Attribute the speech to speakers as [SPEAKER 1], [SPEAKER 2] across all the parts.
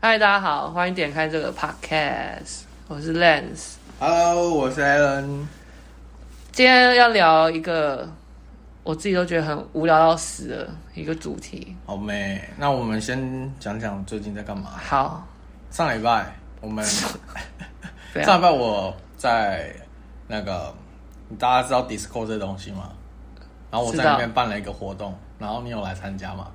[SPEAKER 1] 嗨，大家好，欢迎点开这个 podcast，我是 Lens。
[SPEAKER 2] Hello，我是 Alan。
[SPEAKER 1] 今天要聊一个我自己都觉得很无聊到死的一个主题。
[SPEAKER 2] 好妹，那我们先讲讲最近在干嘛。
[SPEAKER 1] 好，
[SPEAKER 2] 上礼拜我们
[SPEAKER 1] 这样
[SPEAKER 2] 上礼拜我在那个，大家知道 Discord 这东西吗？然后我在
[SPEAKER 1] 知道
[SPEAKER 2] 那边办了一个活动，然后你有来参加吗？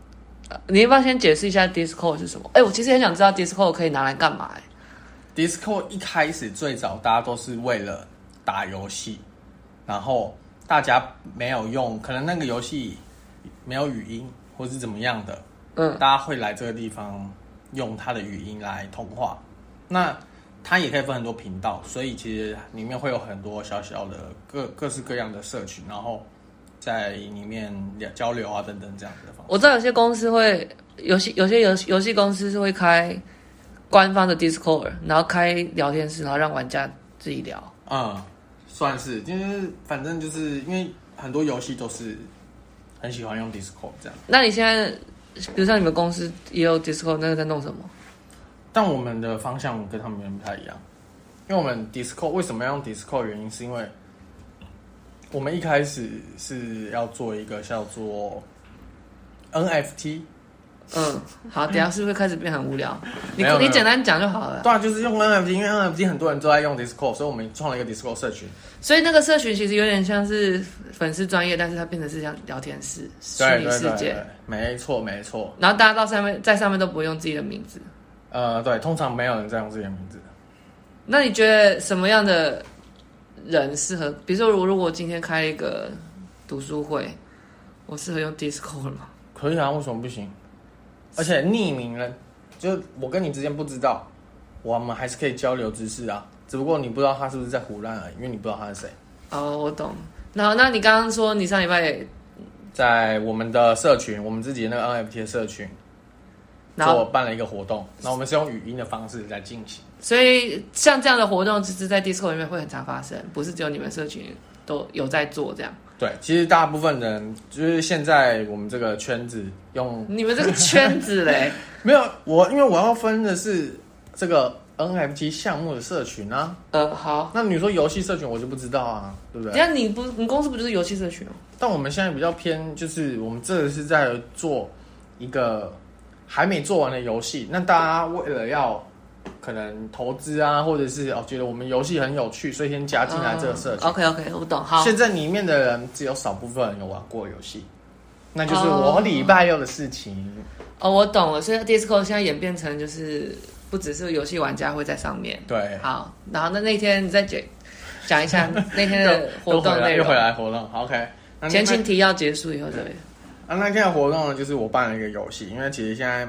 [SPEAKER 1] 呃你要不要先解释一下 Discord 是什么？哎、我其实很想知道 Discord 可以拿来干嘛、哎
[SPEAKER 2] Discord 一开始最早大家都是为了打游戏，然后大家没有用，可能那个游戏没有语音或是怎么样的，
[SPEAKER 1] 嗯，
[SPEAKER 2] 大家会来这个地方用它的语音来通话。那它也可以分很多频道，所以其实里面会有很多小小的各各式各样的社群，然后在里面聊交流啊等等这样子的方式。
[SPEAKER 1] 我知道有些公司会，游戏有些游游戏公司是会开官方的 Discord，然后开聊天室，然后让玩家自己聊。
[SPEAKER 2] 嗯，算是，就是反正就是因为很多游戏都是很喜欢用 Discord 这样。
[SPEAKER 1] 那你现在，比如像你们公司也有 Discord，那个在弄什么？
[SPEAKER 2] 但我们的方向跟他们有点不太一样，因为我们 Discord 为什么要用 Discord？原因是因为我们一开始是要做一个叫做 NFT，
[SPEAKER 1] 嗯，好，等一下是不是开始变很无聊？你
[SPEAKER 2] 没有没
[SPEAKER 1] 你
[SPEAKER 2] 有
[SPEAKER 1] 简单讲就好了。
[SPEAKER 2] 对啊，就是用 NFT，因为 NFT 很多人都在用 Discord，所以我们创了一个 Discord 社群。
[SPEAKER 1] 所以那个社群其实有点像是粉丝专业，但是它变成是像聊天室、虚
[SPEAKER 2] 对
[SPEAKER 1] 拟
[SPEAKER 2] 对
[SPEAKER 1] 世
[SPEAKER 2] 对
[SPEAKER 1] 界
[SPEAKER 2] 对，，没错没错。
[SPEAKER 1] 然后大家到上面在上面都不用自己的名字。
[SPEAKER 2] 呃，对，通常没有人在用自己的名字。
[SPEAKER 1] 那你觉得什么样的人适合？比如说，如如果我今天开了一个读书会，我适合用 Discord 吗？
[SPEAKER 2] 可以啊，为什么不行？而且匿名人，就是我跟你之间不知道，我们还是可以交流知识啊。只不过你不知道他是不是在胡乱而已，因为你不知道他是谁。
[SPEAKER 1] 哦，我懂。然后，那你刚刚说你上礼拜也，
[SPEAKER 2] 在我们的社群，我们自己的那个 NFT 的社群，
[SPEAKER 1] 然后，
[SPEAKER 2] 做办了一个活动，那我们是用语音的方式来进行。
[SPEAKER 1] 所以像这样的活动，只是在 Discord 里面会很常发生，不是只有你们社群都有在做这样。
[SPEAKER 2] 对，其实大部分人就是现在我们这个圈子用
[SPEAKER 1] 你们这个圈子 嘞，
[SPEAKER 2] 没有我，因为我要分的是这个 NFT 项目的社群啊。
[SPEAKER 1] 呃，好，
[SPEAKER 2] 那你说游戏社群，我就不知道啊，对不对
[SPEAKER 1] 等一？下你不，你公司不就是游戏社群吗？
[SPEAKER 2] 但我们现在比较偏，就是我们这是在做一个还没做完的游戏。那大家为了要可能投资啊，或者是哦觉得我们游戏很有趣，所以先加进来这个社群。
[SPEAKER 1] OK OK，我啊懂。嗯好，
[SPEAKER 2] 现在里面的人只有少部分人有玩过游戏，那就是
[SPEAKER 1] 哦
[SPEAKER 2] 我礼拜六的事情。
[SPEAKER 1] 哦，我懂了。所以 Discord 现在演变成就是不只是游戏玩家会在上面。
[SPEAKER 2] 对，
[SPEAKER 1] 好，然后那那天你再讲讲一下那天 的活
[SPEAKER 2] 又
[SPEAKER 1] 动
[SPEAKER 2] 回来
[SPEAKER 1] 内
[SPEAKER 2] 又
[SPEAKER 1] 容
[SPEAKER 2] 回。来活动。好 OK，那
[SPEAKER 1] 前
[SPEAKER 2] 那
[SPEAKER 1] 情提要结束以后对。
[SPEAKER 2] 啊，那天的活动呢，就是我办了一个游戏，因为其实现在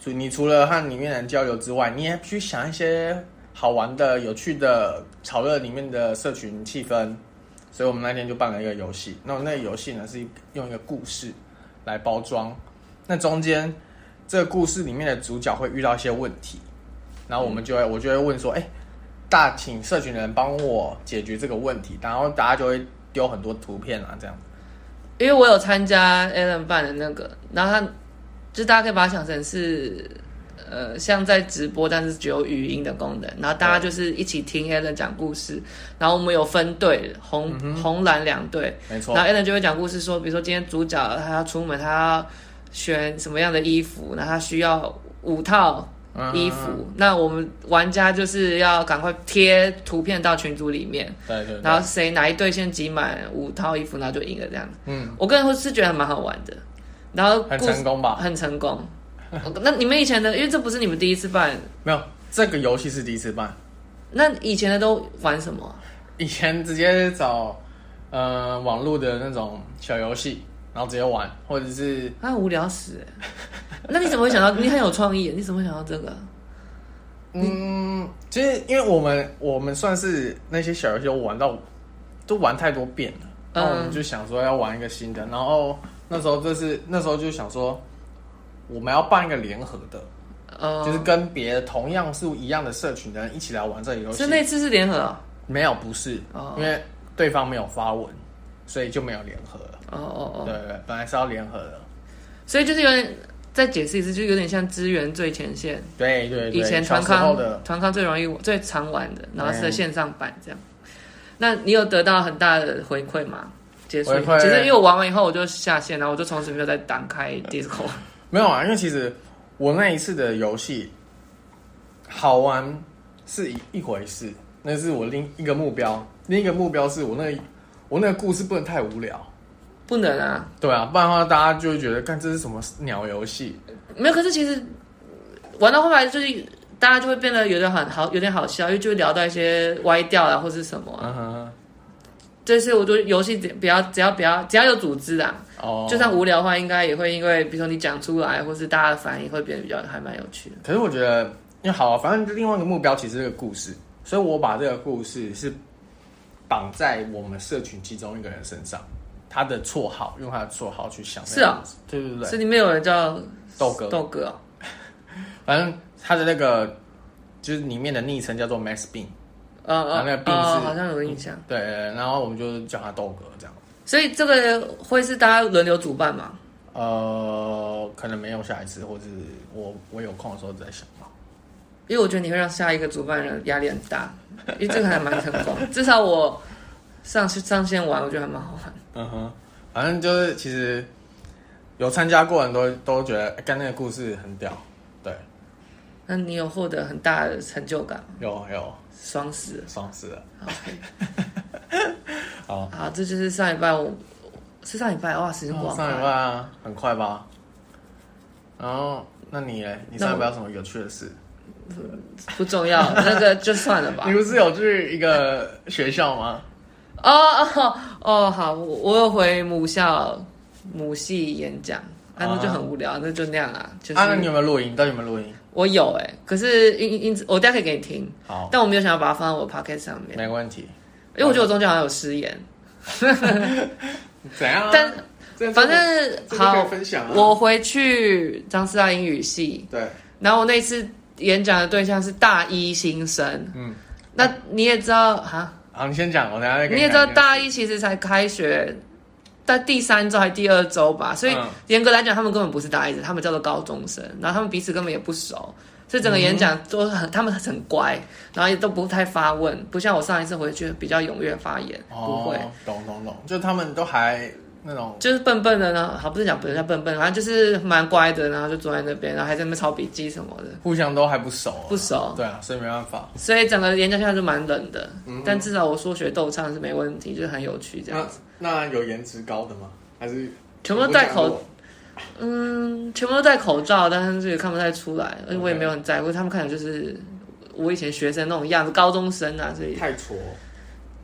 [SPEAKER 2] 除你除了和里面的人交流之外，你也必须想一些好玩的、有趣的，炒热里面的社群气氛。所以我们那天就办了一个游戏。那我那个游戏呢，是用一个故事来包装。那中间这个故事里面的主角会遇到一些问题，然后我们就会、
[SPEAKER 1] 嗯
[SPEAKER 2] 我就会问说，哎、大请社群的人帮我解决这个问题，然后大家就会丢很多图片啊，这样。
[SPEAKER 1] 因为我有参加 Alan 办的那个，然后他就大家可以把它想成是，呃，像在直播，但是只有语音的功能。然后大家就是一起听 Alan 讲故事，然后我们有分队，红、红蓝两队，
[SPEAKER 2] 没错
[SPEAKER 1] 然。后 Alan 就会讲故事说，比如说今天主角他要出门，他要选什么样的衣服，那他需要五套
[SPEAKER 2] 嗯
[SPEAKER 1] 衣服，那我们玩家就是要赶快贴图片到群组里面。
[SPEAKER 2] 对对对，
[SPEAKER 1] 然后谁哪一队先集满五套衣服，然后就赢了这样子。
[SPEAKER 2] 嗯，
[SPEAKER 1] 我个人会是觉得还蛮好玩的，然后
[SPEAKER 2] 很
[SPEAKER 1] 故事
[SPEAKER 2] 成功吧？
[SPEAKER 1] 很成功。那你们以前的，因为这不是你们第一次办，
[SPEAKER 2] 没有，这个游戏是第一次办，
[SPEAKER 1] 那以前的都玩什么啊？
[SPEAKER 2] 以前直接找呃网络的那种小游戏，然后直接玩，或者是
[SPEAKER 1] 啊，无聊死欸！那你怎么会想到？你很有创意，你怎么会想到这个？
[SPEAKER 2] 嗯，其实因为我们我们算是那些小游戏我玩到都玩太多遍了，
[SPEAKER 1] 嗯
[SPEAKER 2] 然后我们就想说要玩一个新的，然后那时候就是那时候就想说我们要办一个联合的，
[SPEAKER 1] 呃，
[SPEAKER 2] 就是跟别的同样是一样的社群的人一起来玩这个游戏
[SPEAKER 1] 是。那次是联合哦
[SPEAKER 2] 没有，不是，
[SPEAKER 1] 哦
[SPEAKER 2] 因为对方没有发文，所以就没有联合了。
[SPEAKER 1] 哦哦
[SPEAKER 2] 对
[SPEAKER 1] 哦，
[SPEAKER 2] 对，对本来是要联合的，
[SPEAKER 1] 所以就是有点再解释一次，就有点像支援最前线。
[SPEAKER 2] 对对对，
[SPEAKER 1] 以前
[SPEAKER 2] 小
[SPEAKER 1] 团
[SPEAKER 2] 时候
[SPEAKER 1] 康
[SPEAKER 2] 的
[SPEAKER 1] 团康最容易最常玩的，然后是
[SPEAKER 2] 嗯
[SPEAKER 1] 线上版这样。那你有得到很大的回馈吗？结束以后，
[SPEAKER 2] 回馈
[SPEAKER 1] 其实因为我玩完以后我就下线，然后我就从此没有再打开 Discord。
[SPEAKER 2] 没有啊，因为其实我那一次的游戏好玩是一一回事，那是我另一个目标，另一个目标是我那我那个故事不能太无聊。
[SPEAKER 1] 不能啊，
[SPEAKER 2] 对啊，不然的话大家就会觉得，看这是什么鸟游戏？
[SPEAKER 1] 没有。可是其实玩到后来就是大家就会变得有点很好，有点好笑，因为就会聊到一些歪掉啊或是什么啊、
[SPEAKER 2] 嗯哼，
[SPEAKER 1] 这次我就游戏只不要只要不要只要有组织啊，
[SPEAKER 2] 哦，
[SPEAKER 1] 就算无聊的话，应该也会因为比如说你讲出来，或是大家的反应会变得比较还蛮有趣的。
[SPEAKER 2] 可是我觉得，因为好、啊，反正另外一个目标其实是个故事，所以我把这个故事是绑在我们社群其中一个人身上，他的绰号，用他的绰号去想。
[SPEAKER 1] 是啊，
[SPEAKER 2] 对对对，
[SPEAKER 1] 是里面有人叫
[SPEAKER 2] 豆哥，
[SPEAKER 1] 豆哥、哦，
[SPEAKER 2] 反正他的那个就是里面的昵称叫做 Max Bean，
[SPEAKER 1] 嗯
[SPEAKER 2] 然后那个
[SPEAKER 1] 嗯
[SPEAKER 2] 病
[SPEAKER 1] 嗯，
[SPEAKER 2] 是
[SPEAKER 1] 好像有印象。
[SPEAKER 2] 对，然后我们就叫他豆哥这样。
[SPEAKER 1] 所以这个会是大家轮流主办嘛？
[SPEAKER 2] 呃，可能没有下一次，或者我我有空的时候再想吧。
[SPEAKER 1] 因为我觉得你会让下一个主办人压力很大，因为这个还蛮成功，至少我上去上线玩，我觉得还蛮好玩。
[SPEAKER 2] 嗯哼，反正就是其实有参加过的人都都觉得哎干、那个故事很屌，对，
[SPEAKER 1] 那你有获得很大的成就感吗，
[SPEAKER 2] 有有
[SPEAKER 1] 双十。
[SPEAKER 2] 双十了，
[SPEAKER 1] 好，这就是上礼拜我是上礼拜哇，时间过
[SPEAKER 2] 哦
[SPEAKER 1] 好
[SPEAKER 2] 上礼拜
[SPEAKER 1] 快。
[SPEAKER 2] 啊，很快吧？然后那你嘞？你上礼拜有什么有趣的事？
[SPEAKER 1] 不重要， 那个就算了吧
[SPEAKER 2] 你。不是有去一个学校吗？
[SPEAKER 1] 哦哦哦，好，我我有回母校母系演讲，啊，那就很无聊，那就那样啊，就是、
[SPEAKER 2] 啊，那你有没有录音？到底有没有录音？
[SPEAKER 1] 我有哎、可是因因我大家可以给你听，
[SPEAKER 2] 好，
[SPEAKER 1] 但我没有想要把它放在我的 pocket 上面，
[SPEAKER 2] 没问题。
[SPEAKER 1] 因为我觉得我中间好像有失言，
[SPEAKER 2] 怎样、啊？
[SPEAKER 1] 但
[SPEAKER 2] 这
[SPEAKER 1] 反正
[SPEAKER 2] 这个可
[SPEAKER 1] 好
[SPEAKER 2] 以，分享啊。
[SPEAKER 1] 我回去张师大英语系，
[SPEAKER 2] 对，
[SPEAKER 1] 然后我那次演讲的对象是大一新生，
[SPEAKER 2] 嗯，
[SPEAKER 1] 那你也知道哈。
[SPEAKER 2] 好，你先讲，我等一下再跟
[SPEAKER 1] 你也知道
[SPEAKER 2] 讲
[SPEAKER 1] 大一其实才开学，在第三周还第二周吧，所以
[SPEAKER 2] 嗯
[SPEAKER 1] 严格来讲，他们根本不是大一生，他们叫做高中生，然后他们彼此根本也不熟，所以整个演讲都很，他们很乖，然后也都不太发问，不像我上一次回去比较踊跃发言，不会。
[SPEAKER 2] 哦，懂懂懂，就他们都还那种
[SPEAKER 1] 就是笨笨的呢，好不是讲不是叫笨笨，反正就是蛮乖的，然后就坐在那边，然后还在那边抄笔记什么的，
[SPEAKER 2] 互相都还不熟啊，
[SPEAKER 1] 不熟。
[SPEAKER 2] 对啊，所以没办法。
[SPEAKER 1] 所以整个演讲下来就蛮冷的，
[SPEAKER 2] 嗯
[SPEAKER 1] 但至少我说学逗唱是没问题，就是很有趣这样。
[SPEAKER 2] 那那有颜值高的吗？还是
[SPEAKER 1] 全部都戴口？嗯，全部都戴口罩，但是这也看不太出来，而且我也没有很在乎。他们看起来就是我以前学生那种样子，高中生啊，所以
[SPEAKER 2] 太挫，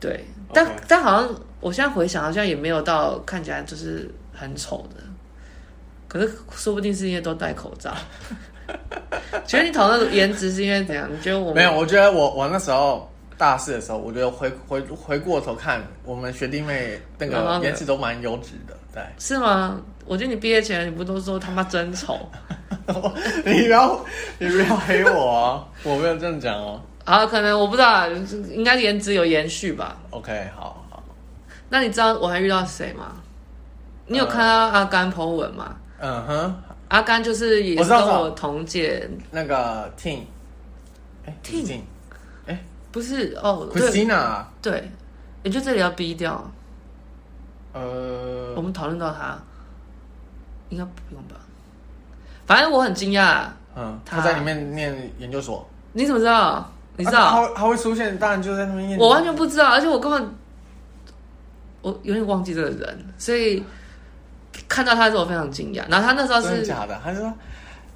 [SPEAKER 1] 对。
[SPEAKER 2] OK
[SPEAKER 1] 但但好像我现在回想，好像也没有到看起来就是很丑的。可是说不定是因为都戴口罩。觉得你讨论颜值是因为怎样？你觉得我们
[SPEAKER 2] 没有，？我觉得我我那时候大四的时候，我觉得回回回过头看，我们学弟妹那
[SPEAKER 1] 然后
[SPEAKER 2] 个
[SPEAKER 1] 呢
[SPEAKER 2] 颜值都蛮优质的，对。
[SPEAKER 1] 是吗？我觉得你毕业前你不都说他妈真丑？
[SPEAKER 2] 你不要你不要黑我 啊！我没有这样讲哦。
[SPEAKER 1] 啊，可能我不知道啊，就是应该颜值有延续吧。
[SPEAKER 2] OK，好好，
[SPEAKER 1] 那你知道我还遇到谁吗？你有看到
[SPEAKER 2] 呃
[SPEAKER 1] 阿甘 po 文吗？
[SPEAKER 2] 嗯哼，
[SPEAKER 1] 阿甘就是也
[SPEAKER 2] 我
[SPEAKER 1] 是
[SPEAKER 2] 知道
[SPEAKER 1] 跟
[SPEAKER 2] 知道
[SPEAKER 1] 我同届，
[SPEAKER 2] 那个 Ting，哎 Ting，
[SPEAKER 1] 不是哦，对
[SPEAKER 2] Christina，
[SPEAKER 1] 对，也就这里要逼掉。
[SPEAKER 2] 呃嗯
[SPEAKER 1] 我，们讨论到他，应该不用吧？反正我很惊讶，
[SPEAKER 2] 嗯，
[SPEAKER 1] 哦他
[SPEAKER 2] 他在里面念研究所，
[SPEAKER 1] 你怎么知道？你知
[SPEAKER 2] 啊他
[SPEAKER 1] 道？
[SPEAKER 2] 会他会出现，当然就在那边念。
[SPEAKER 1] 我完全不知道，而且我根本我有点忘记这个人，所以看到他的时候我非常惊讶。然后他那时候
[SPEAKER 2] 真的
[SPEAKER 1] 是
[SPEAKER 2] 假的？他就说，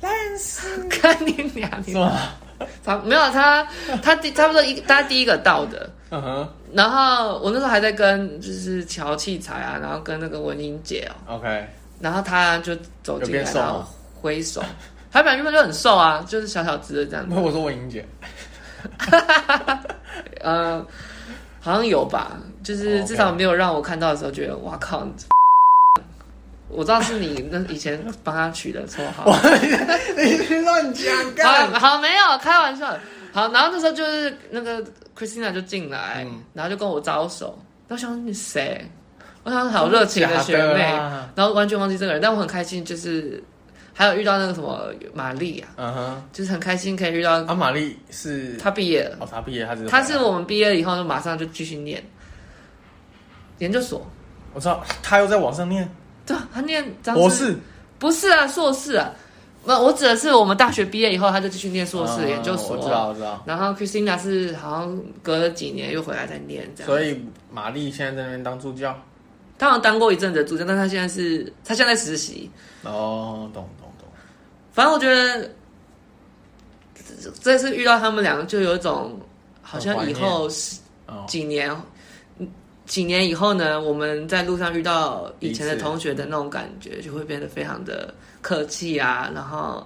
[SPEAKER 2] 但是
[SPEAKER 1] 看你娘，你
[SPEAKER 2] 是吗？
[SPEAKER 1] 他没有他，他第差不多一他第一个到的。
[SPEAKER 2] 嗯哼
[SPEAKER 1] 然后我那时候还在跟就是乔器材啊，然后跟那个文英姐哦，
[SPEAKER 2] ，OK，
[SPEAKER 1] 然后她就走进
[SPEAKER 2] 有变
[SPEAKER 1] 来，
[SPEAKER 2] 瘦吗
[SPEAKER 1] 然后挥 手。她本来原本就很瘦啊，就是小小只的这样子
[SPEAKER 2] 那，我说文 英姐，
[SPEAKER 1] 呃，好像有吧，就是
[SPEAKER 2] 哦
[SPEAKER 1] 至
[SPEAKER 2] OK
[SPEAKER 1] 少没有让我看到的时候觉得哇靠，你 我知道是你那以前帮他取的绰号，
[SPEAKER 2] 你别乱讲，干
[SPEAKER 1] 好好没有开玩笑的，好，然后那时候就是那个 Christina 就进来，
[SPEAKER 2] 嗯
[SPEAKER 1] 然后就跟我招手，然后我想说你谁？我想说好热情的学妹，
[SPEAKER 2] 假的啊
[SPEAKER 1] 然后完全忘记这个人，但我很开心，就是还有遇到那个什么玛丽啊，
[SPEAKER 2] 嗯哼，
[SPEAKER 1] 就是很开心可以遇到
[SPEAKER 2] 阿玛丽是
[SPEAKER 1] 她毕业了，
[SPEAKER 2] 哦，他毕业，他只
[SPEAKER 1] 她是我们毕业以后就马上就继续念研究所，
[SPEAKER 2] 我知道他又在网上念
[SPEAKER 1] 对啊，她念张
[SPEAKER 2] 博士，
[SPEAKER 1] 不是啊，硕士啊，那我指的是我们大学毕业以后她就继续念硕士
[SPEAKER 2] 嗯
[SPEAKER 1] 研究所，
[SPEAKER 2] 我知道，我知道。
[SPEAKER 1] 然后 Christina 是好像隔了几年又回来再念这样，
[SPEAKER 2] 所以玛丽现在在那边当助教。
[SPEAKER 1] 她好像当过一阵子的助教，但她现在是她现在在实习，
[SPEAKER 2] 哦，懂懂懂。
[SPEAKER 1] 反正我觉得这这次遇到他们两个，就有一种好像以后十
[SPEAKER 2] 哦，
[SPEAKER 1] 几年、几年以后呢，我们在路上遇到以前的
[SPEAKER 2] 彼此
[SPEAKER 1] 同学的那种感觉，就会变得非常的客气啊。然后，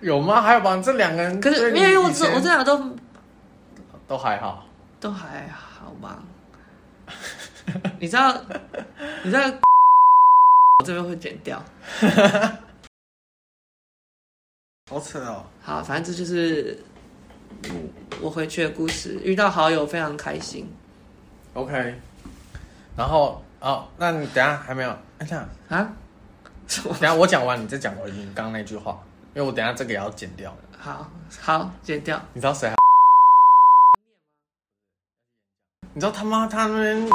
[SPEAKER 2] 有吗？还有吧，这两个人
[SPEAKER 1] 可
[SPEAKER 2] 对
[SPEAKER 1] 是
[SPEAKER 2] 你
[SPEAKER 1] 因为我
[SPEAKER 2] 嗯以
[SPEAKER 1] 这
[SPEAKER 2] 前
[SPEAKER 1] 我这两个都
[SPEAKER 2] 都还好。
[SPEAKER 1] 都还好吧。 你知道，你知道， 我这边会剪掉。
[SPEAKER 2] 好扯哦，
[SPEAKER 1] 好，反正这就是嗯我回去的故事。遇到好友非常开心。
[SPEAKER 2] OK，然后哦，那你等一下还没有？哎，这样，
[SPEAKER 1] 啊？什么
[SPEAKER 2] 等？一下我讲完，你再讲我你刚刚那句话，因为我等一下这个也要剪掉。
[SPEAKER 1] 好好剪掉。
[SPEAKER 2] 你知道谁还？你知道他妈他那边，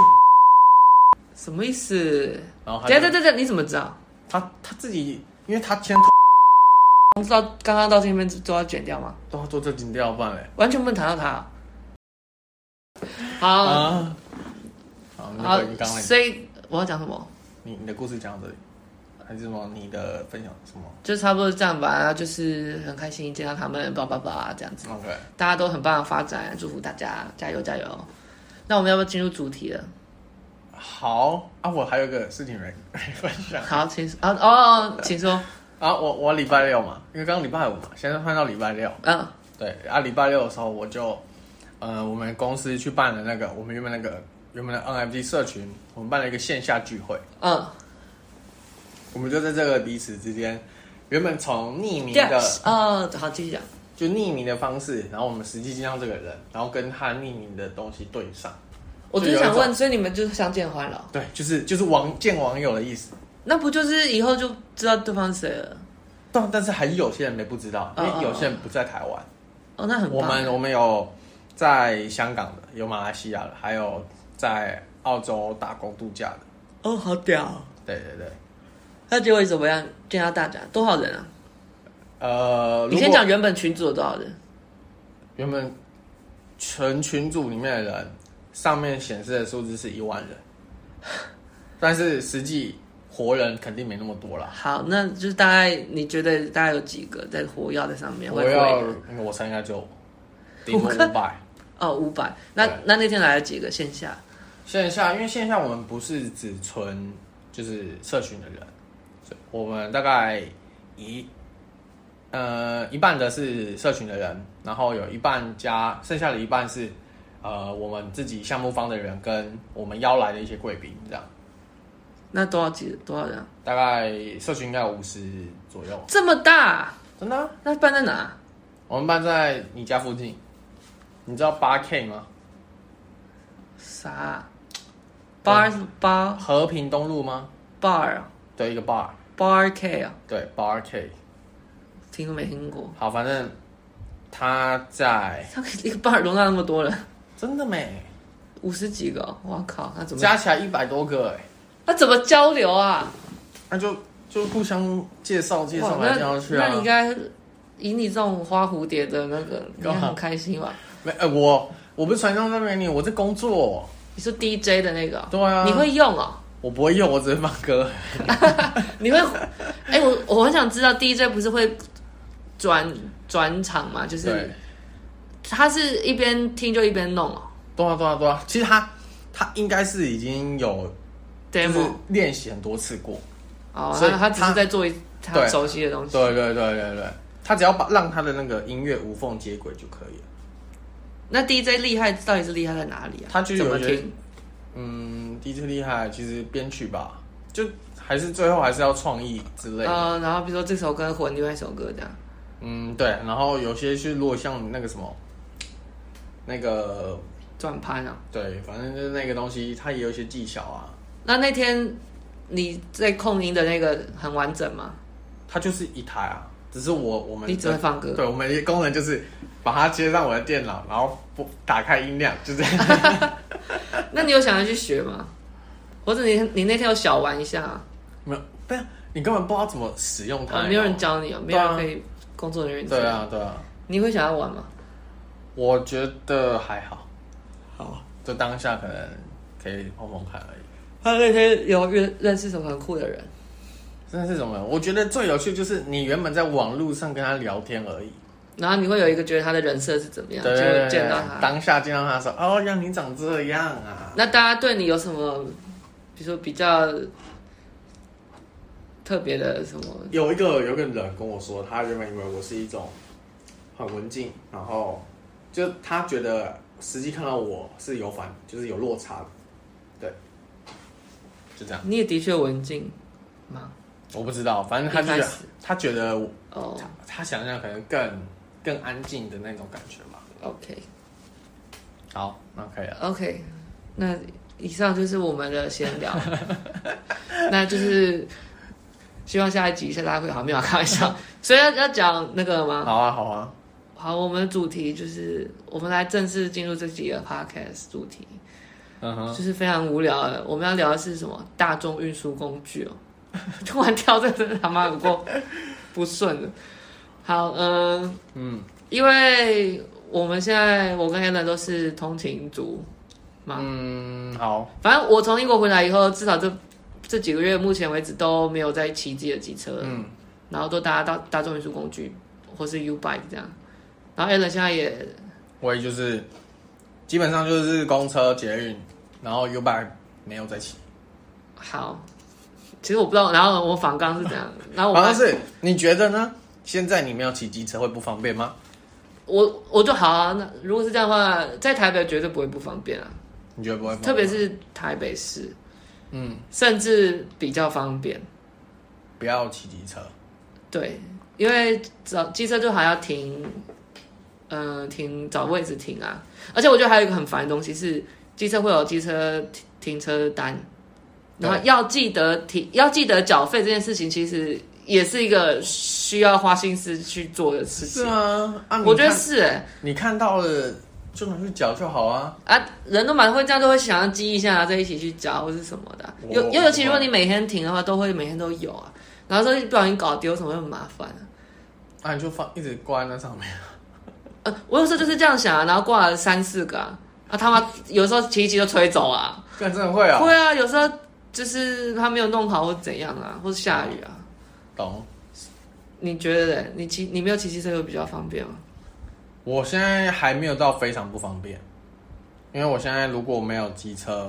[SPEAKER 1] 什么意思？
[SPEAKER 2] 然后他
[SPEAKER 1] 等一下，
[SPEAKER 2] 就
[SPEAKER 1] 等等等，你怎么知道？
[SPEAKER 2] 他他自己，因为他先
[SPEAKER 1] 知道刚刚到这边都要剪掉吗？
[SPEAKER 2] 都要做这剪掉，不然嘞
[SPEAKER 1] 完全不能谈到他哦、好、
[SPEAKER 2] 啊，好，那
[SPEAKER 1] 好
[SPEAKER 2] 个你刚刚那个
[SPEAKER 1] 所以我要讲什么？
[SPEAKER 2] 你你的故事讲到这里，还是什么？你的分享什么
[SPEAKER 1] 就差不多这样吧，然后就是很开心见到他们，叭叭叭这样子，
[SPEAKER 2] ？OK，
[SPEAKER 1] 大家都很棒的发展，祝福大家，加油加油！那我们要不要进入主题了？
[SPEAKER 2] 好啊，我还有个事情没没分享
[SPEAKER 1] 好，请啊哦，哦请说，
[SPEAKER 2] 啊，我我礼拜六嘛，因为刚刚礼拜五嘛，现在换到礼拜六，
[SPEAKER 1] 嗯
[SPEAKER 2] 对啊，礼拜六的时候我就，呃，我们公司去办了那个我们原本那个原本的 NFT 社群，我们办了一个线下聚会，
[SPEAKER 1] 嗯，
[SPEAKER 2] 我们就在这个彼此之间，原本从匿名
[SPEAKER 1] 这样
[SPEAKER 2] 的
[SPEAKER 1] 哦，好，继续讲，
[SPEAKER 2] 就匿名的方式，然后我们实际见到这个人，然后跟他匿名的东西对上，
[SPEAKER 1] 我就
[SPEAKER 2] 就有一
[SPEAKER 1] 想
[SPEAKER 2] 种
[SPEAKER 1] 问，所以你们就是相见欢了哦？
[SPEAKER 2] 对，就是就是网见网友的意思。
[SPEAKER 1] 那不就是以后就知道对方是谁了？
[SPEAKER 2] 但但是还有些人没不知道，因
[SPEAKER 1] 嗯
[SPEAKER 2] 为有些人不在台湾。
[SPEAKER 1] 哦，那很棒
[SPEAKER 2] 我们我们有在香港的，有马来西亚的，还有在澳洲打工度假的。
[SPEAKER 1] 哦，好屌！
[SPEAKER 2] 对对对，
[SPEAKER 1] 那结果怎么样？见到大家多少人啊？
[SPEAKER 2] 呃，
[SPEAKER 1] 你
[SPEAKER 2] 如
[SPEAKER 1] 先
[SPEAKER 2] 果
[SPEAKER 1] 讲原本群组有多少人？
[SPEAKER 2] 原本全群组里面的人，上面显示的数字是一万 人，但是实际活人肯定没那么多啦。
[SPEAKER 1] 好，那就是大概你觉得大概有几个在活跃在上面？
[SPEAKER 2] 我
[SPEAKER 1] 会
[SPEAKER 2] 要
[SPEAKER 1] 会，
[SPEAKER 2] 我猜应该就顶多
[SPEAKER 1] 我看
[SPEAKER 2] 五百。
[SPEAKER 1] 哦，五百。那
[SPEAKER 2] 对
[SPEAKER 1] 那那天来了几个线下？
[SPEAKER 2] 线下，因为线下我们不是只存就是社群的人，所以我们大概一呃一半的是社群的人，然后有一半加剩下的一半是呃我们自己项目方的人跟我们邀来的一些贵宾这样，
[SPEAKER 1] 那多少几多少人啊？
[SPEAKER 2] 大概社群应该有五十左右，
[SPEAKER 1] 这么大，
[SPEAKER 2] 真的啊、
[SPEAKER 1] 那办在哪？
[SPEAKER 2] 我们办在你家附近，你知道八 K 吗？
[SPEAKER 1] 啥啊？bar
[SPEAKER 2] 嗯
[SPEAKER 1] 是 bar
[SPEAKER 2] 和平东路吗？
[SPEAKER 1] bar 啊
[SPEAKER 2] 对，一个 bar，
[SPEAKER 1] bar k 啊，
[SPEAKER 2] 对，bar K。
[SPEAKER 1] 听都没听过。
[SPEAKER 2] 好，反正他在
[SPEAKER 1] 他可以一个 bar 容纳那么多人，
[SPEAKER 2] 真的没。
[SPEAKER 1] 五十几个哦，我靠，那怎么
[SPEAKER 2] 加起来一百多个哎、
[SPEAKER 1] 那怎么交流啊？
[SPEAKER 2] 那就就互相介绍介
[SPEAKER 1] 哇
[SPEAKER 2] 绍来
[SPEAKER 1] 那
[SPEAKER 2] 介绍去
[SPEAKER 1] 那
[SPEAKER 2] 啊
[SPEAKER 1] 你应。该以你这种花蝴蝶的那个，你应该
[SPEAKER 2] 干嘛
[SPEAKER 1] 很开心吧？
[SPEAKER 2] 没，哎、我我不是传送上面你，我在工作。
[SPEAKER 1] 你说 DJ 的那个哦，
[SPEAKER 2] 对啊，
[SPEAKER 1] 你会用哦？
[SPEAKER 2] 我不会用，我只会放歌。
[SPEAKER 1] 你会？哎、我我很想知道 DJ 不是会转转场吗？就
[SPEAKER 2] 对
[SPEAKER 1] 是，他是一边听就一边弄哦
[SPEAKER 2] 对啊，对啊，对啊。其实他他应该是已经有就是
[SPEAKER 1] ，demo
[SPEAKER 2] 练习很多次过。
[SPEAKER 1] 哦，
[SPEAKER 2] 所以
[SPEAKER 1] 他他只
[SPEAKER 2] 他
[SPEAKER 1] 是在做一他
[SPEAKER 2] 对
[SPEAKER 1] 熟悉的东西。
[SPEAKER 2] 对对对对对，他只要把让他的那个音乐无缝接轨就可以了。
[SPEAKER 1] 那 DJ 厉害到底是厉害在哪里啊？
[SPEAKER 2] 他就有
[SPEAKER 1] 怎么
[SPEAKER 2] 觉得
[SPEAKER 1] 听？
[SPEAKER 2] 嗯，DJ 厉害，其实编曲吧，就还是最后还是要创意之类的。
[SPEAKER 1] 呃，然后比如说这首歌混另外一首歌这样，
[SPEAKER 2] 嗯，对，然后有些是如果像那个什么，那个
[SPEAKER 1] 转盘啊。
[SPEAKER 2] 对，反正就是那个东西，它也有一些技巧啊。
[SPEAKER 1] 那那天你在控音的那个很完整吗？
[SPEAKER 2] 它就是一台啊，只是我我们
[SPEAKER 1] 你只会放歌
[SPEAKER 2] 对，我们的功能就是把它接上我的电脑，然后不打开音量，就这样。
[SPEAKER 1] 那你有想要去学吗？或者你你那天有小玩一下啊？
[SPEAKER 2] 没有，对啊，你根本不知道怎么使用它、
[SPEAKER 1] 啊没有人教你啊，没有
[SPEAKER 2] 对
[SPEAKER 1] 人
[SPEAKER 2] 啊
[SPEAKER 1] 可以工作人员
[SPEAKER 2] 对
[SPEAKER 1] 教
[SPEAKER 2] 啊，对啊，
[SPEAKER 1] 你你会想要玩吗？
[SPEAKER 2] 我觉得还好，
[SPEAKER 1] 好，
[SPEAKER 2] 就当下可能可以碰碰看而已。
[SPEAKER 1] 他那天有认认识什么很酷的人？
[SPEAKER 2] 真的是什么？我觉得最有趣就是你原本在网络上跟他聊天而已，
[SPEAKER 1] 然后你会有一个觉得他的人设是怎么样，就
[SPEAKER 2] 对对对
[SPEAKER 1] 会
[SPEAKER 2] 对
[SPEAKER 1] 见到他。
[SPEAKER 2] 当下见到他说：“哦，让你长这样啊。
[SPEAKER 1] 那大家对你有什么，比如说比较特别的什么？”
[SPEAKER 2] 有一个有一个人跟我说，他原本以为我是一种很文静，然后就他觉得实际看到我是有反，就是有落差的，对，就这样。
[SPEAKER 1] 你也的确文静吗？
[SPEAKER 2] 我不知道，反正他就觉
[SPEAKER 1] 一
[SPEAKER 2] 得
[SPEAKER 1] 开始
[SPEAKER 2] 他觉得我
[SPEAKER 1] 哦、
[SPEAKER 2] 他他想象可能更更安静的那种感觉吧。
[SPEAKER 1] o k
[SPEAKER 2] 好，那可以了。
[SPEAKER 1] OK，那以上就是我们的闲聊，那就是希望下一集下大家会好，没有啊开玩笑，所以要要讲那个吗？
[SPEAKER 2] 好啊，好啊，
[SPEAKER 1] 好，我们的主题就是我们来正式进入这集的 Podcast 主题，
[SPEAKER 2] 嗯哼，
[SPEAKER 1] 就是非常无聊的，我们要聊的是什么？大众运输工具哦， 突然跳这真的他妈有够不顺的。好，嗯、
[SPEAKER 2] 嗯
[SPEAKER 1] 因为我们现在我跟 Alan 都是通勤族嘛，
[SPEAKER 2] 嗯，好，
[SPEAKER 1] 反正我从英国回来以后，至少这这几个月目前为止都没有在骑自己的机车了，
[SPEAKER 2] 嗯，
[SPEAKER 1] 然后都搭大大众运输工具或是 U bike 这样。然后 Alan 现在也
[SPEAKER 2] 我也就是基本上就是公车、捷运，然后 U bike 没有在骑，
[SPEAKER 1] 好，其实我不知道，然后我反刚是怎样， 然啊后我
[SPEAKER 2] 好像是你觉得呢？现在你没有骑机车会不方便吗？
[SPEAKER 1] 我我就好啊，那如果是这样的话，在台北绝对不会不方便啊，
[SPEAKER 2] 你觉得不会方便吗？
[SPEAKER 1] 特别是台北市，
[SPEAKER 2] 嗯，
[SPEAKER 1] 甚至比较方便，
[SPEAKER 2] 不要骑机车，
[SPEAKER 1] 对，因为找机车就还要停，嗯、停找位置停啊。而且我觉得还有一个很烦的东西是，机车会有机车停停车单，然后要记得停，要记得缴费这件事情，其实也是一个需要花心思去做的事
[SPEAKER 2] 是
[SPEAKER 1] 情。
[SPEAKER 2] 啊，啊，
[SPEAKER 1] 我觉得
[SPEAKER 2] 你看
[SPEAKER 1] 是哎、
[SPEAKER 2] 你看到了就能去缴就好啊。
[SPEAKER 1] 啊，人都蛮会这样，都会想要记一下，啊然后再一起去交或是什么的啊。
[SPEAKER 2] 我
[SPEAKER 1] 尤尤尤其如果你每天停的话，都会每天都有啊。然后说不小心搞丢什么会很麻烦啊、
[SPEAKER 2] 啊，你就放一直挂在那上面，
[SPEAKER 1] 呃，我有时候就是这样想啊，然后挂了三四个啊，啊他妈有时候骑一骑就吹走啊，
[SPEAKER 2] 干真的会啊。
[SPEAKER 1] 会啊，有时候就是他没有弄好或怎样啊，或是下雨啊，
[SPEAKER 2] 懂。
[SPEAKER 1] 你觉得嘞？你骑你没有骑机车会比较方便吗？
[SPEAKER 2] 我现在还没有到非常不方便，因为我现在如果没有机车，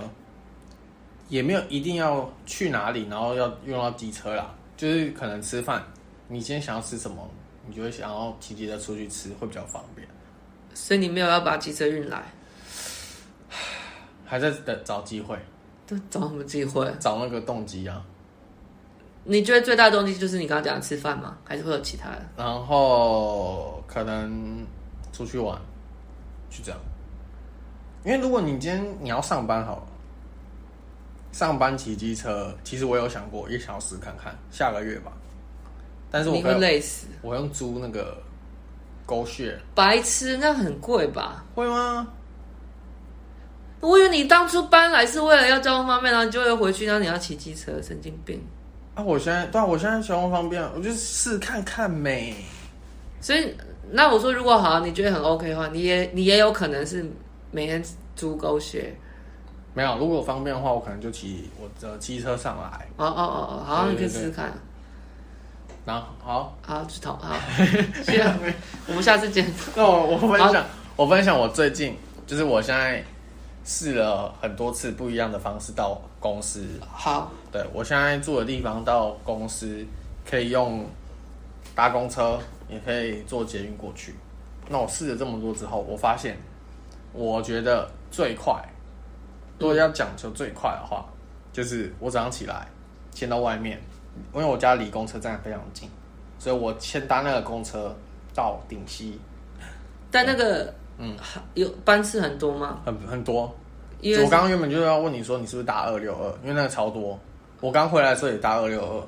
[SPEAKER 2] 也没有一定要去哪里，然后要用到机车啦。就是可能吃饭，你今天想要吃什么，你就会想要骑机车出去吃，会比较方便。
[SPEAKER 1] 所以你没有要把机车运来，
[SPEAKER 2] 还在等找机会，
[SPEAKER 1] 都找什么机会？
[SPEAKER 2] 找那个动机啊。
[SPEAKER 1] 你觉得最大的动机就是你刚刚讲的吃饭吗？还是会有其他的？
[SPEAKER 2] 然后可能出去玩，就这样。因为如果你今天你要上班好了，上班骑机车，其实我有想过，也想要试看看，下个月吧。但是我
[SPEAKER 1] 你会
[SPEAKER 2] 可以
[SPEAKER 1] 累死，
[SPEAKER 2] 我用租那个狗血，
[SPEAKER 1] 白痴，那很贵吧？
[SPEAKER 2] 会吗？
[SPEAKER 1] 我以为你当初搬来是为了要交通方便，然后你就会回去，然后你要骑机车，神经病。
[SPEAKER 2] 啊，我现在对啊，我现在喜欢方便，我就试看看呗。
[SPEAKER 1] 所以，那我说，如果好，你觉得很 OK 的话，你也你也有可能是每天租狗血。
[SPEAKER 2] 没有，如果方便的话，我可能就骑我的机车上来，
[SPEAKER 1] 哦哦哦哦，好，
[SPEAKER 2] 对
[SPEAKER 1] 你可以
[SPEAKER 2] 对
[SPEAKER 1] 试试看。
[SPEAKER 2] 然后好，
[SPEAKER 1] 好，去投 好，谢谢，我们下次见。
[SPEAKER 2] 那我我分享，我分享我最近就是我现在试了很多次不一样的方式到公司。
[SPEAKER 1] 好，
[SPEAKER 2] 对我现在住的地方到公司可以用搭公车，也可以坐捷运过去。那我试了这么多之后，我发现我觉得最快，如果要讲求最快的话，就是我早上起来先到外面，因为我家离公车站非常近，所以我先搭那个公车到顶溪。
[SPEAKER 1] 但那个，嗯，有班次很多吗？
[SPEAKER 2] 很很多。
[SPEAKER 1] 因为
[SPEAKER 2] 我刚刚原本就要问你说你是不是打二六二，因为那个超多。我刚回来的时候也打二六二，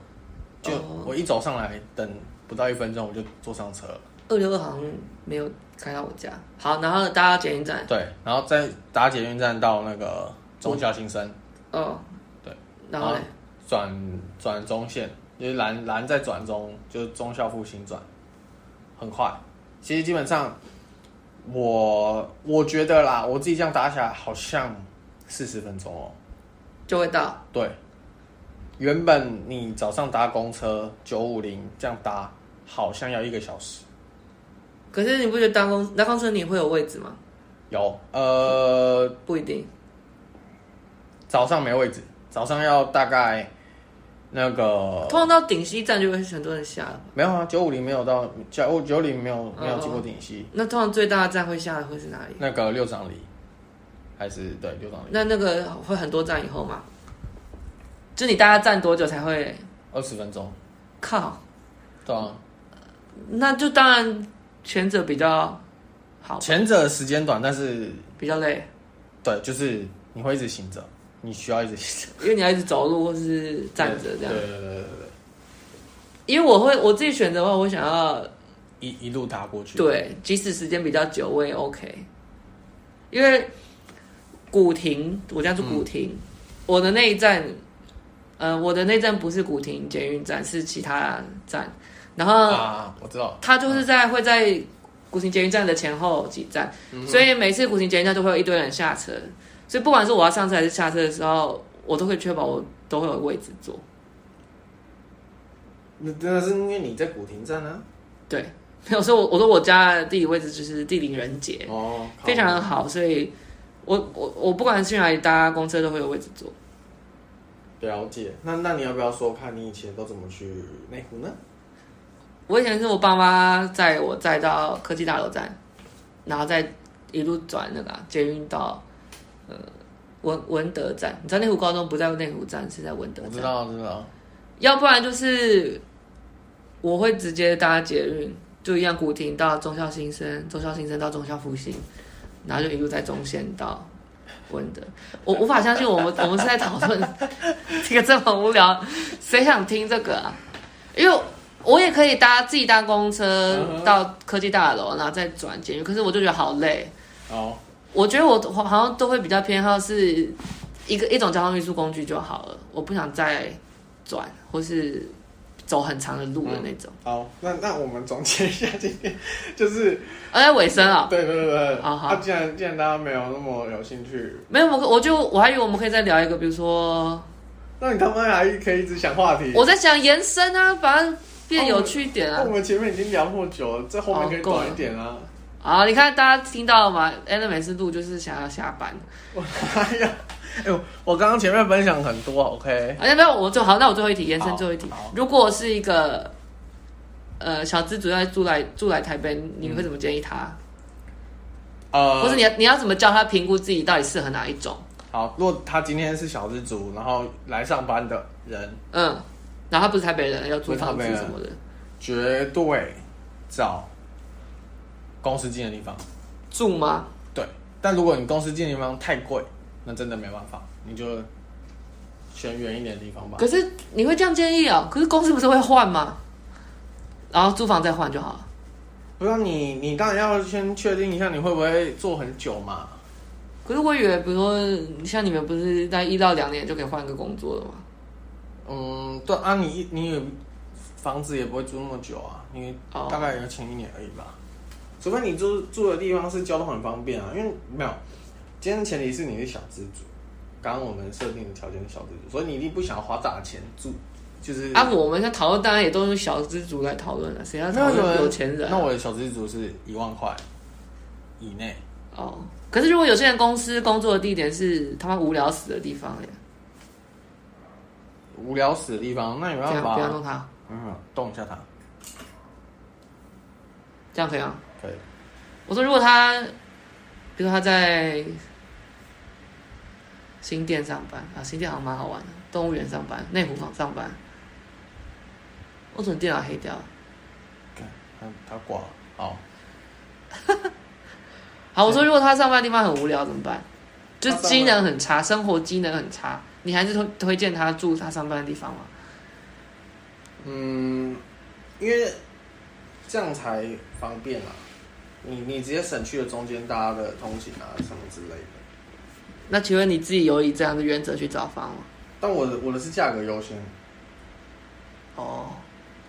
[SPEAKER 2] 就
[SPEAKER 1] 哦
[SPEAKER 2] 我一走上来，等不到一分钟我就坐上车了。
[SPEAKER 1] 二六二好像没有开到我家。好，然后搭到捷运站，
[SPEAKER 2] 对，然后再搭捷运站到那个中校新生，
[SPEAKER 1] 哦，
[SPEAKER 2] 对，
[SPEAKER 1] 然后嘞，
[SPEAKER 2] 转转中线，就是蓝蓝再转中，就是中校复兴转，很快。其实基本上，我我觉得啦，我自己这样打起来好像四十分钟哦。
[SPEAKER 1] 就会到。
[SPEAKER 2] 对，原本你早上搭公车九五零这样搭，好像要一个小时。
[SPEAKER 1] 可是你不觉得搭公搭公车你会有位置吗？
[SPEAKER 2] 有，呃，
[SPEAKER 1] 不一定。
[SPEAKER 2] 早上没位置，早上要大概那个
[SPEAKER 1] 通常到顶西站就会很多人下了。
[SPEAKER 2] 没有啊，九五零没有到九九零没有没有经过顶溪，
[SPEAKER 1] 那通常最大的站会下的会是哪里？
[SPEAKER 2] 那个六张里还是对六张里
[SPEAKER 1] 那那个会很多站以后吗？就你大概站多久才会
[SPEAKER 2] 二十分钟，
[SPEAKER 1] 靠？
[SPEAKER 2] 对啊，
[SPEAKER 1] 那就当然前者比较好，
[SPEAKER 2] 前者时间短，但是
[SPEAKER 1] 比较累，
[SPEAKER 2] 对，就是你会一直醒着，你需要一直醒着
[SPEAKER 1] 因为你要一直走路或是站着这样。
[SPEAKER 2] 对对对对对，
[SPEAKER 1] 因为我会我自己选择的话，我想要
[SPEAKER 2] 一一路搭过去，
[SPEAKER 1] 对，即使时间比较久，我也 OK。因为古亭，我家住古亭，
[SPEAKER 2] 嗯
[SPEAKER 1] 我的那一站，呃，我的那一站不是古亭捷运站，是其他站。然后
[SPEAKER 2] 啊，我知道，
[SPEAKER 1] 它就是在会在古亭捷运站的前后几站，所以每次古亭捷运站都会有一堆人下车，所以不管是我要上车还是下车的时候，我都会确保我都会有位置坐。
[SPEAKER 2] 那真的是因为你在古亭站啊，
[SPEAKER 1] 对， 没有说我我说我家的地理位置就是地灵人杰，
[SPEAKER 2] 哦，
[SPEAKER 1] 非常的好，所以我我我不管去哪里搭公车都会有位置坐。
[SPEAKER 2] 了解。那那你要不要说看你以前都怎么去内湖呢？
[SPEAKER 1] 我以前是我爸妈载我载到科技大楼站，然后再一路转那个啊、捷运到呃文文德站。你知道内湖高中不在内湖站，是在文德
[SPEAKER 2] 我知
[SPEAKER 1] 站。
[SPEAKER 2] 道，我知道，
[SPEAKER 1] 要不然就是我会直接搭捷运，就一样古亭到中校新生，中校新生到中校复兴，然后就一路在中线到文德。我无法相信我们我们是在讨论这个这么无聊，谁想听这个啊？因为我也可以搭自己搭公车
[SPEAKER 2] 嗯哼
[SPEAKER 1] 到科技大楼，然后再转捷运，可是我就觉得好累。
[SPEAKER 2] 哦，
[SPEAKER 1] 我觉得我我好像都会比较偏好是一个一种交通运输工具就好了，我不想再转或是走很长的路的那种。
[SPEAKER 2] 好，那那我们总结一下今天，就是
[SPEAKER 1] 而且尾声啊，
[SPEAKER 2] 对对对对，
[SPEAKER 1] 好好
[SPEAKER 2] 啊既然既然大家没有那么有兴趣，
[SPEAKER 1] 没有，我我就我还以为我们可以再聊一个，比如说
[SPEAKER 2] 那你他妈还可以一直想话题。
[SPEAKER 1] 我在想延伸啊，把它变有趣一点
[SPEAKER 2] 那
[SPEAKER 1] 啊
[SPEAKER 2] 我。们前面已经聊那么久了，这后面可以
[SPEAKER 1] 哦够了
[SPEAKER 2] 短一点啊。
[SPEAKER 1] 啊，你看大家听到了吗？Alan 每次录就是想要下班，
[SPEAKER 2] 我哎呀，哎呦，我刚刚前面分享很多，OK，
[SPEAKER 1] 啊，要不要我最好？那我最后一题，延伸
[SPEAKER 2] 好
[SPEAKER 1] 最后一题
[SPEAKER 2] 好。
[SPEAKER 1] 如果是一个呃小资主要住来住来台北，你会怎么建议他？
[SPEAKER 2] 呃
[SPEAKER 1] 或是你要你要怎么教他评估自己到底适合哪一种？
[SPEAKER 2] 好，如果他今天是小日族，然后来上班的人，
[SPEAKER 1] 嗯，然后他不是台北人，要租房子
[SPEAKER 2] 不是台北人
[SPEAKER 1] 什么的，
[SPEAKER 2] 绝对找公司近的地方。
[SPEAKER 1] 住吗？
[SPEAKER 2] 对，但如果你公司近的地方太贵，那真的没办法，你就选远一点的地方吧。
[SPEAKER 1] 可是你会这样建议哦？可是公司不是会换吗？然后租房再换就好了。
[SPEAKER 2] 不是你，你当然要先确定一下你会不会做很久嘛。
[SPEAKER 1] 可是我以为，比如说像你们不是在一到两年就可以换一个工作了吗？
[SPEAKER 2] 嗯，对啊，你你有房子也不会住那么久啊，你
[SPEAKER 1] 哦
[SPEAKER 2] 大概也要前一年而已吧。除非你住住的地方是交通很方便啊，因为没有，今天前提是你是小资主，刚刚我们设定的条件是小资主，所以你一定不想花大钱住，就是
[SPEAKER 1] 啊，我们在讨论，当然也都是小资族来讨论了，谁要
[SPEAKER 2] 那
[SPEAKER 1] 讨
[SPEAKER 2] 有
[SPEAKER 1] 论
[SPEAKER 2] 人
[SPEAKER 1] 有钱人啊？
[SPEAKER 2] 那我的小资主是一万块以内，
[SPEAKER 1] 哦，可是如果有些人公司工作的地点是他妈无聊死的地方耶，
[SPEAKER 2] 无聊死的地方，那你
[SPEAKER 1] 这
[SPEAKER 2] 办
[SPEAKER 1] 样
[SPEAKER 2] 法
[SPEAKER 1] 不要弄他，
[SPEAKER 2] 没有没有动一下它，
[SPEAKER 1] 这样可以吗？
[SPEAKER 2] 可以。
[SPEAKER 1] 我说，如果他，比如说他在新店上班啊，新店好像蛮好玩的，动物园上班，内湖上上班，我怎么电脑黑掉了？
[SPEAKER 2] 看他他挂了，好，
[SPEAKER 1] 好，我说如果他上班的地方很无聊怎么办？就
[SPEAKER 2] 他上班
[SPEAKER 1] 机能很差，生活机能很差，你还是推推荐他住他上班的地方吗？
[SPEAKER 2] 嗯，因为这样才方便啊。你你直接省去了中间大家的通勤啊什么之类的。
[SPEAKER 1] 那请问你自己有以这样的原则去找房吗？
[SPEAKER 2] 但我的我的是价格优先，
[SPEAKER 1] 哦，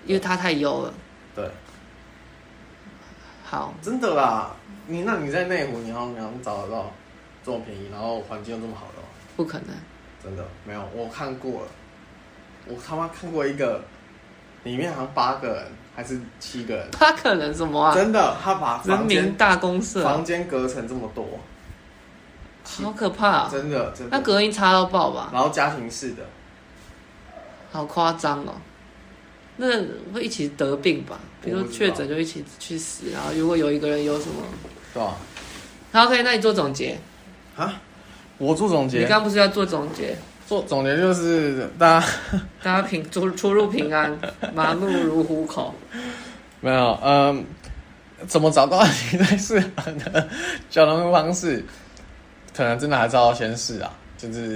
[SPEAKER 1] 因为它太优了。
[SPEAKER 2] 对，
[SPEAKER 1] 好，
[SPEAKER 2] 真的啦。你那你在内湖，你要你要找得到这么便宜，然后环境又这么好的哦、
[SPEAKER 1] 不可能。
[SPEAKER 2] 真的没有，我看过了，我他妈看过一个，里面好像八个人还是七个人，
[SPEAKER 1] 他可能什么啊？
[SPEAKER 2] 真的，他把
[SPEAKER 1] 人
[SPEAKER 2] 房
[SPEAKER 1] 民啊
[SPEAKER 2] 间
[SPEAKER 1] 大公社，
[SPEAKER 2] 房间隔成这么多，
[SPEAKER 1] 好可怕啊！
[SPEAKER 2] 真的真
[SPEAKER 1] 那
[SPEAKER 2] 的，
[SPEAKER 1] 隔音差到爆吧？
[SPEAKER 2] 然后家庭式的，
[SPEAKER 1] 好夸张哦！那会一起得病吧？比如
[SPEAKER 2] 我
[SPEAKER 1] 说
[SPEAKER 2] 不知
[SPEAKER 1] 确
[SPEAKER 2] 道
[SPEAKER 1] 诊就一起去死，然后如果有一个人有什么，
[SPEAKER 2] 对吧？
[SPEAKER 1] 好，OK，那你做总结。
[SPEAKER 2] 啊，我做总
[SPEAKER 1] 你
[SPEAKER 2] 结，
[SPEAKER 1] 刚不是要做总结？
[SPEAKER 2] 做总结就是大家
[SPEAKER 1] 大家平出出入平 安，马路如虎口。
[SPEAKER 2] 没有，嗯，怎么找到你最适合的交通方式，可能真的还是要先试啊，就是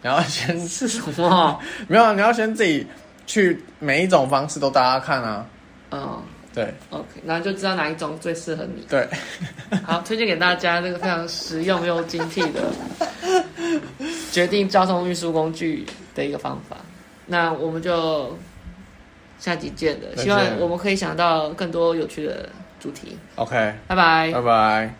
[SPEAKER 2] 你要先
[SPEAKER 1] 是什么？
[SPEAKER 2] 没有，你要先自己去每一种方式都大家看啊。
[SPEAKER 1] 嗯
[SPEAKER 2] 对
[SPEAKER 1] ，OK，然后就知道哪一种最适合你。
[SPEAKER 2] 对，
[SPEAKER 1] 好，推荐给大家这个非常实用又精辟的决定交通运输工具的一个方法。那我们就下集见了，
[SPEAKER 2] 再见
[SPEAKER 1] 希望我们可以想到更多有趣的主题。
[SPEAKER 2] OK，
[SPEAKER 1] 拜拜。
[SPEAKER 2] 拜拜。